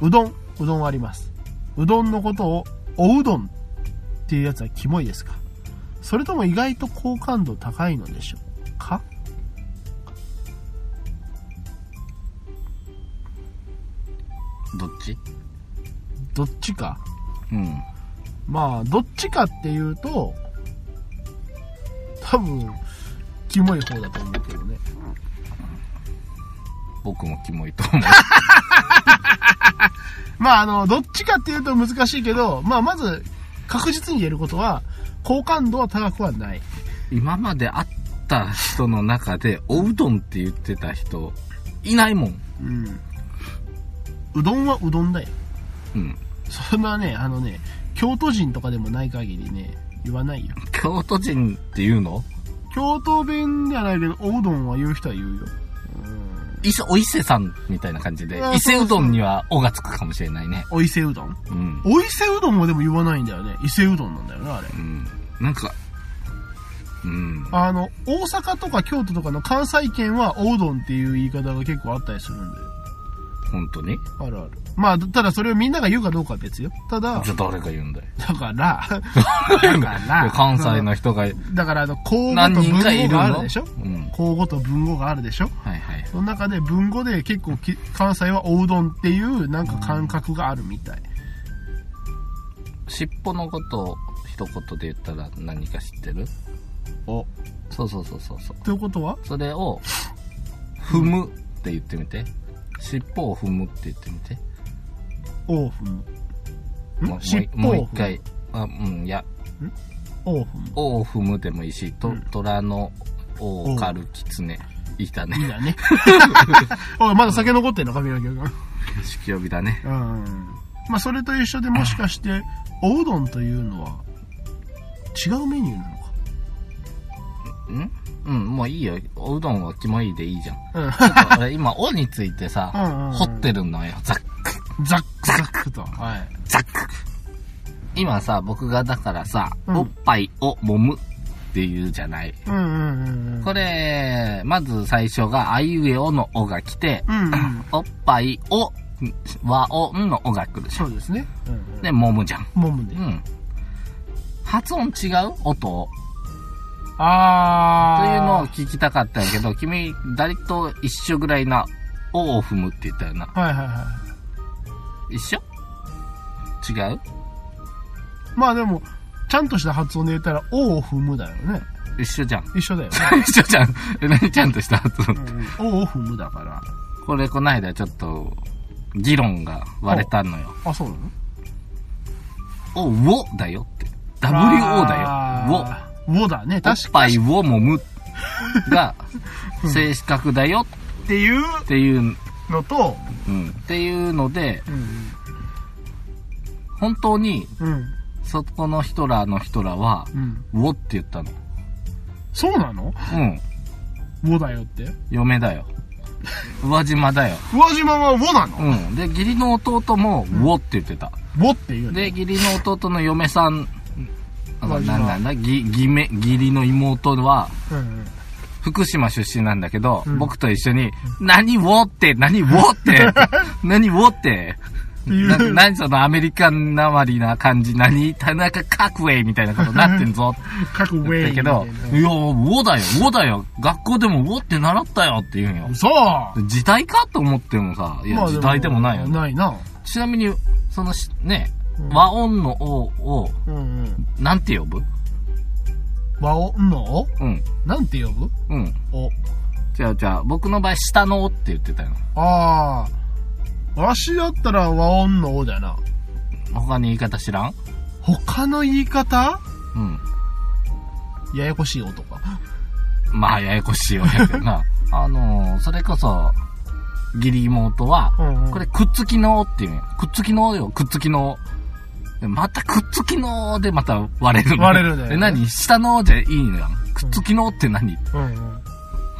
[SPEAKER 2] うどん、うどんあります。うどんのことを、おうどんっていうやつはキモいですかそれとも意外と好感度高いのでしょうか
[SPEAKER 1] どっち
[SPEAKER 2] どっちか。
[SPEAKER 1] うん。
[SPEAKER 2] まあ、どっちかっていうと、多分、キモい方だと思うけどね。
[SPEAKER 1] 僕もキモいと思う。
[SPEAKER 2] まあ、あの、どっちかっていうと難しいけど、まあ、まず、確実に言えることは、好感度は高くはない。
[SPEAKER 1] 今まで会った人の中で、おうどんって言ってた人、いないもん。
[SPEAKER 2] うん。うどんはうどんだよ。
[SPEAKER 1] うん。
[SPEAKER 2] そんなね、あのね、京都人とかでもない限りね、言わないよ。
[SPEAKER 1] 京都人って言うの
[SPEAKER 2] 京都弁ではないけど、おうどんは言う人は言うよ。うん。
[SPEAKER 1] いせお伊勢さんみたいな感じで
[SPEAKER 2] あ、ー
[SPEAKER 1] 伊勢うどんにはおがつくかもしれないね。
[SPEAKER 2] お伊勢うどん
[SPEAKER 1] うん。
[SPEAKER 2] お伊勢うどんもでも言わないんだよね。伊勢うどんなんだよね、あれ。
[SPEAKER 1] うん。なんか、うん。
[SPEAKER 2] あの、大阪とか京都とかの関西圏は、おうどんっていう言い方が結構あったりするんだよ。
[SPEAKER 1] 本当に
[SPEAKER 2] あるある。まあ、ただそれをみんなが言うかどうかは別よ。ただ
[SPEAKER 1] じ、ゃあ誰が言うんだよ。
[SPEAKER 2] だ から、だから、
[SPEAKER 1] 関西の人が
[SPEAKER 2] だから、あの、口語
[SPEAKER 1] 何
[SPEAKER 2] と
[SPEAKER 1] 人
[SPEAKER 2] 文
[SPEAKER 1] かい
[SPEAKER 2] 語
[SPEAKER 1] る
[SPEAKER 2] がある
[SPEAKER 1] の
[SPEAKER 2] でしょ
[SPEAKER 1] うん。
[SPEAKER 2] 口語と文語があるでしょ
[SPEAKER 1] はいはい。
[SPEAKER 2] その中で文語で結構き関西はおうどんっていうなんか感覚があるみたい。
[SPEAKER 1] 尻尾のことを一言で言ったら何か知ってる
[SPEAKER 2] お。
[SPEAKER 1] そうそうそうそうそう。
[SPEAKER 2] ということは
[SPEAKER 1] それを、踏むって言ってみて。尻尾を踏むって言ってみて。
[SPEAKER 2] オーフ
[SPEAKER 1] も
[SPEAKER 2] ン。
[SPEAKER 1] うん
[SPEAKER 2] 尻尾
[SPEAKER 1] もう
[SPEAKER 2] を
[SPEAKER 1] 一
[SPEAKER 2] 踏む。
[SPEAKER 1] 回。あ、うん、いや、
[SPEAKER 2] オーフン。
[SPEAKER 1] 尾を踏むでもいいし、と虎の尾を狩る狐。いた
[SPEAKER 2] いい
[SPEAKER 1] ね。
[SPEAKER 2] だ ね。おい、まだ酒残ってんのか、みなき君。
[SPEAKER 1] 酒気帯びだね。
[SPEAKER 2] うんまあ、それと一緒でもしかしておうどんというのは違うメニューなのか
[SPEAKER 1] んうん、もういいよ。おうどんはキモいでい いじゃん。
[SPEAKER 2] うん
[SPEAKER 1] ちょっと俺今、尾についてさ
[SPEAKER 2] うんうんうん、
[SPEAKER 1] 掘ってるのよ。ざっ
[SPEAKER 2] ザックザックとはい
[SPEAKER 1] ザック今さ、僕がだからさ、
[SPEAKER 2] うん
[SPEAKER 1] おっぱいを揉むっていうじゃない。
[SPEAKER 2] うんうんうん
[SPEAKER 1] これ、まず最初が、あいうえおのおが来て、
[SPEAKER 2] うんうん
[SPEAKER 1] おっぱいを、和おんのおが来るじゃ
[SPEAKER 2] そうですね、うんうん
[SPEAKER 1] ん。で、揉むじゃん。
[SPEAKER 2] もむね
[SPEAKER 1] うん。発音違う音を。と
[SPEAKER 2] あ
[SPEAKER 1] いうのを
[SPEAKER 2] う
[SPEAKER 1] 聞きたかったんやけど、君、誰と一緒ぐらいな、おを踏むって言ったよな。
[SPEAKER 2] のはいはいはい
[SPEAKER 1] 一緒違う
[SPEAKER 2] まあでもちゃんとした発音で言ったら「お」を踏むだよね
[SPEAKER 1] 一緒じゃん。
[SPEAKER 2] 一緒だよね、
[SPEAKER 1] 一緒じゃん。え、何ちゃんとした発音
[SPEAKER 2] うんうん、お」を踏むだから
[SPEAKER 1] これこないだちょっと議論が割れたのよ。
[SPEAKER 2] あ、そうなの
[SPEAKER 1] お、ウォだよって。WO だよ。ウォ。
[SPEAKER 2] ウォ。ウォだね。
[SPEAKER 1] おっ
[SPEAKER 2] 確か
[SPEAKER 1] ぱいを揉むが正確だよ
[SPEAKER 2] っていう
[SPEAKER 1] っていう、
[SPEAKER 2] のと、
[SPEAKER 1] うん、っていうので、
[SPEAKER 2] うん。
[SPEAKER 1] 本当に
[SPEAKER 2] うん。
[SPEAKER 1] そこのヒトラーのヒトラーは、
[SPEAKER 2] うん。
[SPEAKER 1] ウォって言ったの。
[SPEAKER 2] そうなの
[SPEAKER 1] うん。
[SPEAKER 2] ウォだよって。
[SPEAKER 1] 嫁だよ。宇和島だよ。
[SPEAKER 2] 宇和島はウォなの
[SPEAKER 1] うん。で、義理の弟も、ウォって言ってた。
[SPEAKER 2] ウォっていう
[SPEAKER 1] で、
[SPEAKER 2] ね。
[SPEAKER 1] 義理の弟の嫁さん、あ
[SPEAKER 2] 和
[SPEAKER 1] なん
[SPEAKER 2] 島
[SPEAKER 1] なんだ、義義め義理の妹は、
[SPEAKER 2] うんうん。
[SPEAKER 1] 福島出身なんだけど、
[SPEAKER 2] うん
[SPEAKER 1] 僕と一緒に、何をって、何をって、何をって、
[SPEAKER 2] ていう
[SPEAKER 1] なんか何そのアメリカンなまりな感じ、何田中角栄みたいなことになってんぞっ
[SPEAKER 2] 各ウ
[SPEAKER 1] て言
[SPEAKER 2] ェ
[SPEAKER 1] っ
[SPEAKER 2] イ。
[SPEAKER 1] たけど、いや、ウォだよ、ウォだよ、学校でもウォって習ったよって言うんよ。
[SPEAKER 2] そう
[SPEAKER 1] 時代かと思ってもさ、いや、時代でもないよね。
[SPEAKER 2] ないな。
[SPEAKER 1] ちなみに、そのし、ね、
[SPEAKER 2] うん
[SPEAKER 1] 和音の王を、
[SPEAKER 2] うんうん。
[SPEAKER 1] なんて呼ぶ
[SPEAKER 2] 和音の
[SPEAKER 1] うん。
[SPEAKER 2] なんて呼ぶ
[SPEAKER 1] うん。
[SPEAKER 2] お。
[SPEAKER 1] じゃあじゃあ、僕の場合、下の王って言ってたよ。
[SPEAKER 2] ああ。わしだったら和音のおだよな。
[SPEAKER 1] 他に言い方知らん
[SPEAKER 2] 他の言い方
[SPEAKER 1] うん。
[SPEAKER 2] ややこしい音か。
[SPEAKER 1] まあ、ややこしいよね。 な。あのー、それこそ、義理妹は、
[SPEAKER 2] うんうん
[SPEAKER 1] これ、くっつきの王っていうのよくっつきの王よ、くっつきの王。でまたくっつきの王でまた割れるの
[SPEAKER 2] 割れるね
[SPEAKER 1] で、何下の王じゃいいのよ。くっつきの王って何
[SPEAKER 2] うんうん。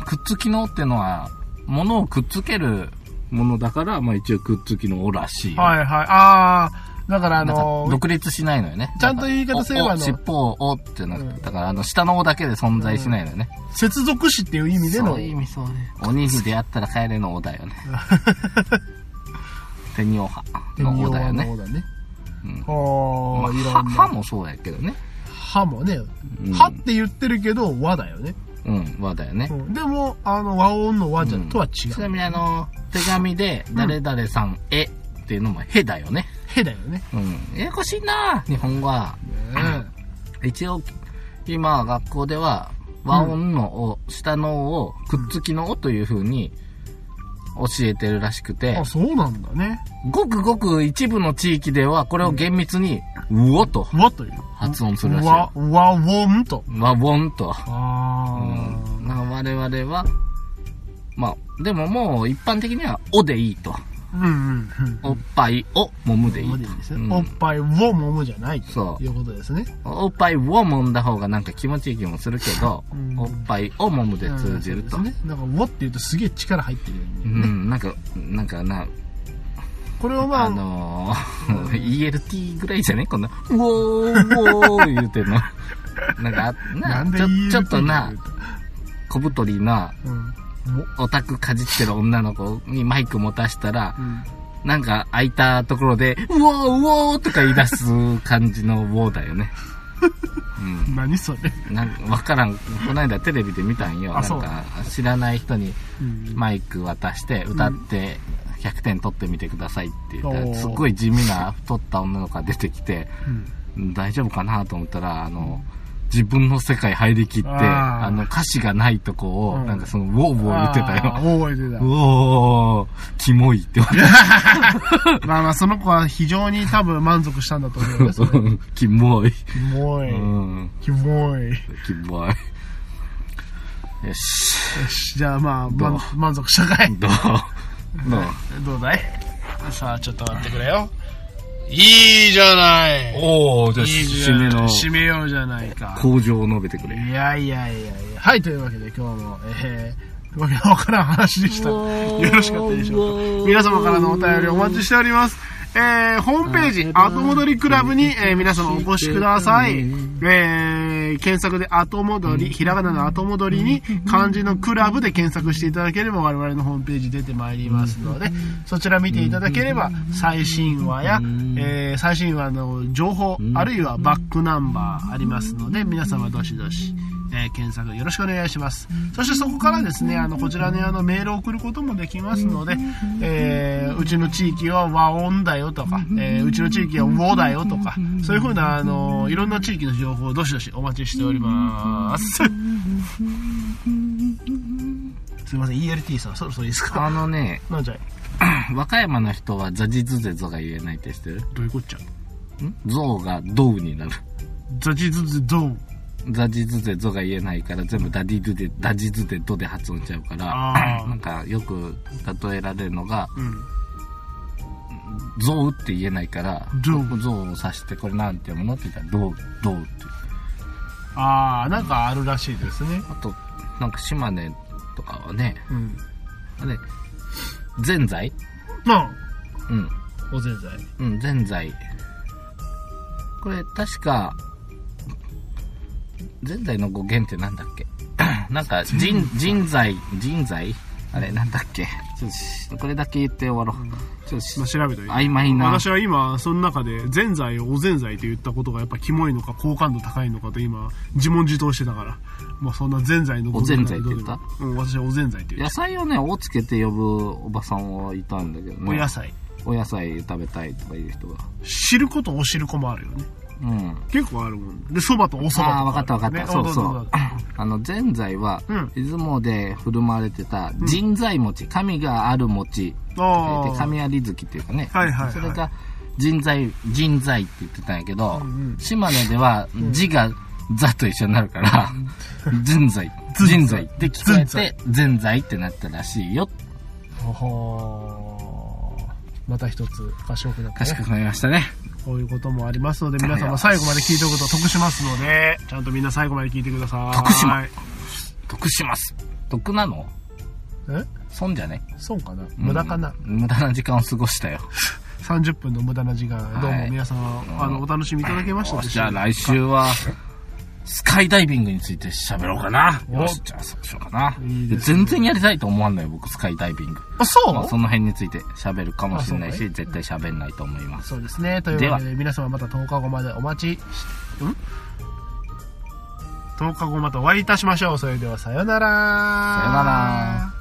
[SPEAKER 1] くっつきのってのは、ものをくっつけるものだから、まあ一応くっつきのおらしい。
[SPEAKER 2] はいはい。ああ。だからあ
[SPEAKER 1] あの
[SPEAKER 2] のー
[SPEAKER 1] 独立しないのよね。
[SPEAKER 2] ちゃんと言い方すれば
[SPEAKER 1] お
[SPEAKER 2] あ
[SPEAKER 1] お
[SPEAKER 2] の
[SPEAKER 1] 尻尾をおってなくて、
[SPEAKER 2] うん
[SPEAKER 1] だからあの、下のおだけで存在しないのよね。
[SPEAKER 2] 接続詞っていう意味での。
[SPEAKER 1] そういう意味そうね。鬼に出会ったら帰れのおだよ ね。テニオハのおだよね。
[SPEAKER 2] だね。
[SPEAKER 1] うん
[SPEAKER 2] は
[SPEAKER 1] ま
[SPEAKER 2] あ、
[SPEAKER 1] あ
[SPEAKER 2] いろ
[SPEAKER 1] は
[SPEAKER 2] んな。
[SPEAKER 1] 歯もそうやけどね。
[SPEAKER 2] 歯もね。
[SPEAKER 1] うん
[SPEAKER 2] 歯って言ってるけど、和だよね。
[SPEAKER 1] うん、和だよね
[SPEAKER 2] う。んでも、あの、和音の和じゃ、
[SPEAKER 1] うん
[SPEAKER 2] とは違
[SPEAKER 1] ちな
[SPEAKER 2] う。
[SPEAKER 1] みにあの、手紙で、誰々さんへっていうのもへだよね。
[SPEAKER 2] へだよね。
[SPEAKER 1] うん。ややこしいな日本語は。
[SPEAKER 2] うん
[SPEAKER 1] 一応、今、学校では、和音のを、下のを、くっつきのをという風に、教えてるらしくて
[SPEAKER 2] あ、、そうなんだね。
[SPEAKER 1] ごくごく一部の地域では、これを厳密に、うおと
[SPEAKER 2] 和という。
[SPEAKER 1] 発音するらしいよ。
[SPEAKER 2] 和、和音と。
[SPEAKER 1] 和音と。う
[SPEAKER 2] ああ、
[SPEAKER 1] ん。なんか我々は、まあ、でももう一般的には、おでいいと。
[SPEAKER 2] うんうんうん。
[SPEAKER 1] おっぱいを揉むでいい
[SPEAKER 2] お
[SPEAKER 1] と
[SPEAKER 2] っぱいです
[SPEAKER 1] うん
[SPEAKER 2] ね。おっぱいを揉むじゃない
[SPEAKER 1] そ
[SPEAKER 2] と
[SPEAKER 1] う
[SPEAKER 2] いうことですね。
[SPEAKER 1] おっぱいを揉んだ方がなんか気持ちいい気もするけど、
[SPEAKER 2] うん
[SPEAKER 1] おっぱいを揉むで通じると。
[SPEAKER 2] うんそうですね。なんか、和って言うとすげえ力入ってるよう
[SPEAKER 1] う
[SPEAKER 2] に見えるね。
[SPEAKER 1] ん、なんか、なんかな、
[SPEAKER 2] これをま
[SPEAKER 1] あ
[SPEAKER 2] あ、
[SPEAKER 1] のー、ELT ぐらいじゃねこんな、うおー、うおー言うてん の。なんか、
[SPEAKER 2] な
[SPEAKER 1] あな
[SPEAKER 2] んで
[SPEAKER 1] ちょ
[SPEAKER 2] 言える
[SPEAKER 1] ちょっと
[SPEAKER 2] か
[SPEAKER 1] な
[SPEAKER 2] いう、と
[SPEAKER 1] 小太りな、
[SPEAKER 2] うん。
[SPEAKER 1] オタクかじってる女の子にマイク持たしたら、
[SPEAKER 2] うん
[SPEAKER 1] なんか空いたところで、うおー、うおーとか言い出す感じのウォーだよね。
[SPEAKER 2] 何それ。
[SPEAKER 1] うん。なんか、わからん。こないだテレビで見たんよ。な
[SPEAKER 2] あ
[SPEAKER 1] ん
[SPEAKER 2] そう
[SPEAKER 1] か、知らない人に、
[SPEAKER 2] うん
[SPEAKER 1] マイク渡して歌って100点取ってみてくださいって言ったら、
[SPEAKER 2] おー
[SPEAKER 1] すっごい地味な太った女の子が出てきて
[SPEAKER 2] うん
[SPEAKER 1] 大丈夫かなと思ったらあの自分の世界入りきってあ
[SPEAKER 2] あー
[SPEAKER 1] の歌詞がないとこを、
[SPEAKER 2] うん
[SPEAKER 1] なんかそのウォーウォー言ってた
[SPEAKER 2] あ
[SPEAKER 1] よ。
[SPEAKER 2] ー覚えてた
[SPEAKER 1] う。おー、キモいって言われ
[SPEAKER 2] まあまあ、その子は非常に多分満足したんだと思うよ。それ キ
[SPEAKER 1] た。キモい。
[SPEAKER 2] モい。
[SPEAKER 1] うん、
[SPEAKER 2] キモい。よ
[SPEAKER 1] キモい。よし。
[SPEAKER 2] し、じゃあまあ、
[SPEAKER 1] ど
[SPEAKER 2] 満満足したかい。
[SPEAKER 1] どうどう
[SPEAKER 2] どうだいさあ、ちょっと待ってくれよ。いいじゃない。
[SPEAKER 1] おー、じゃあ、
[SPEAKER 2] いいじゃ
[SPEAKER 1] 締め
[SPEAKER 2] ない
[SPEAKER 1] の
[SPEAKER 2] 締めようじゃないか。
[SPEAKER 1] 向上を述べてくれ。
[SPEAKER 2] いやいやいやいや。はい、というわけで今日も、えー、わけのわからん話でした。よろしかったでしょうか。皆様からのお便りお待ちしております。えー、ホームページ、後戻りクラブに、えー、皆様お越しください。えー、検索で後戻り、ひらがなの後戻りに、漢字のクラブで検索していただければ我々のホームページ出てまいりますので、そちら見ていただければ、最新話や、えー、最新話の情報、あるいはバックナンバーありますので、皆様どしどし、えー検索よろしくお願いします。そしてそこからですね、あの、こちらにあのメールを送ることもできますので、えーうちの地域は和音だよとか、えーうちの地域は和だよとか、そういうふうな、あの、いろんな地域の情報をどしどしお待ちしております。すいません、ELT さん、そろそろいいですか
[SPEAKER 1] あのね、
[SPEAKER 2] なんじゃい
[SPEAKER 1] 和歌山の人はザジズゼゾが言えないって知ってる
[SPEAKER 2] どういうこっちゃ
[SPEAKER 1] んゾウがドウになる。
[SPEAKER 2] ザジズズドウ。
[SPEAKER 1] ザジズゼゾが言えないから全部ダディズで、ダジズでドで発音しちゃうから、
[SPEAKER 2] あ ー
[SPEAKER 1] なんかよく例えられるのが、
[SPEAKER 2] うん。
[SPEAKER 1] ゾウって言えないから、
[SPEAKER 2] ゾウ
[SPEAKER 1] ゾウを指してこれなんて読むのって言ったら、ドウ、ドウって。
[SPEAKER 2] あー、なんかあるらしいですね。
[SPEAKER 1] あと、なんか島根とかはね、
[SPEAKER 2] うん。
[SPEAKER 1] あれ、ぜんざい
[SPEAKER 2] な
[SPEAKER 1] うん。
[SPEAKER 2] あ、おぜんざい。
[SPEAKER 1] うん、ぜんざい。これ、確か、ぜんざいの語源ってなんだっけ なんか、じん、人材、人材あれ、なんだっけちょっとしこれだけ言って終わろう。ちょっとし
[SPEAKER 2] まあ、調べといて。
[SPEAKER 1] 曖昧な。
[SPEAKER 2] 私は今、その中で、ぜんざいをおぜんざいと言ったことが、やっぱキモいのか、好感度高いのかと今、自問自答してたから。まあ、そんなぜんざいのこと
[SPEAKER 1] おぜんざいって言った
[SPEAKER 2] どうでもうん、私はおぜんざいって言っ
[SPEAKER 1] 野菜をね、おつけて呼ぶおばさんはいたんだけど
[SPEAKER 2] た。
[SPEAKER 1] ね。
[SPEAKER 2] お野菜。
[SPEAKER 1] お野菜食べたいとかいう人が。
[SPEAKER 2] 知ることお汁粉もあるよね。
[SPEAKER 1] うん。
[SPEAKER 2] 結構あるもん。で、そばとおそばと
[SPEAKER 1] ああ、わかったわか
[SPEAKER 2] あ
[SPEAKER 1] っ
[SPEAKER 2] るよね
[SPEAKER 1] た。そうそ
[SPEAKER 2] んん。
[SPEAKER 1] うんあの、ぜんざいは
[SPEAKER 2] うん、
[SPEAKER 1] 出雲で振る舞われてた、人材餅、神がある餅、
[SPEAKER 2] あ
[SPEAKER 1] で
[SPEAKER 2] ー
[SPEAKER 1] 神有月っていうかね、
[SPEAKER 2] はいはいはい
[SPEAKER 1] それが人材人材って言ってたんやけど、
[SPEAKER 2] うんうん
[SPEAKER 1] 島根では字が「座」と一緒になるから「人材」「人材」って聞こえて「全財」ってなったらしいよ
[SPEAKER 2] ほほーまた一つ賢くなったね
[SPEAKER 1] 賢くなりましたね
[SPEAKER 2] こういうこともありますので皆
[SPEAKER 1] は
[SPEAKER 2] 様
[SPEAKER 1] い
[SPEAKER 2] 最後まで聞いておくこと得しますのでちゃんとみんな最後まで聞いてください
[SPEAKER 1] 得しま得します得なの
[SPEAKER 2] え
[SPEAKER 1] 損じゃね
[SPEAKER 2] そうかな無駄かな、
[SPEAKER 1] うん無駄な時間を過ごしたよ
[SPEAKER 2] 30分の無駄な時間どう
[SPEAKER 1] は
[SPEAKER 2] も
[SPEAKER 1] い
[SPEAKER 2] 皆様、あのお楽しみいただけました
[SPEAKER 1] よ
[SPEAKER 2] で
[SPEAKER 1] し
[SPEAKER 2] し
[SPEAKER 1] じ
[SPEAKER 2] ょ
[SPEAKER 1] ゃあ
[SPEAKER 2] うか
[SPEAKER 1] 来週はスカイダイビングについて喋ろうかな
[SPEAKER 2] お
[SPEAKER 1] よしじゃあそうしようかない
[SPEAKER 2] いですね
[SPEAKER 1] 全然やりたいと思わんのよ僕スカイダイビング
[SPEAKER 2] あそう、
[SPEAKER 1] まあ、その辺について喋るかもしれない
[SPEAKER 2] あ
[SPEAKER 1] し、
[SPEAKER 2] そう
[SPEAKER 1] 絶対喋んないと思います。
[SPEAKER 2] そうですねというわけ
[SPEAKER 1] で
[SPEAKER 2] で皆様また10日後までお待ちしん10日後またお会いいたしましょうそれではさようなら
[SPEAKER 1] さよなら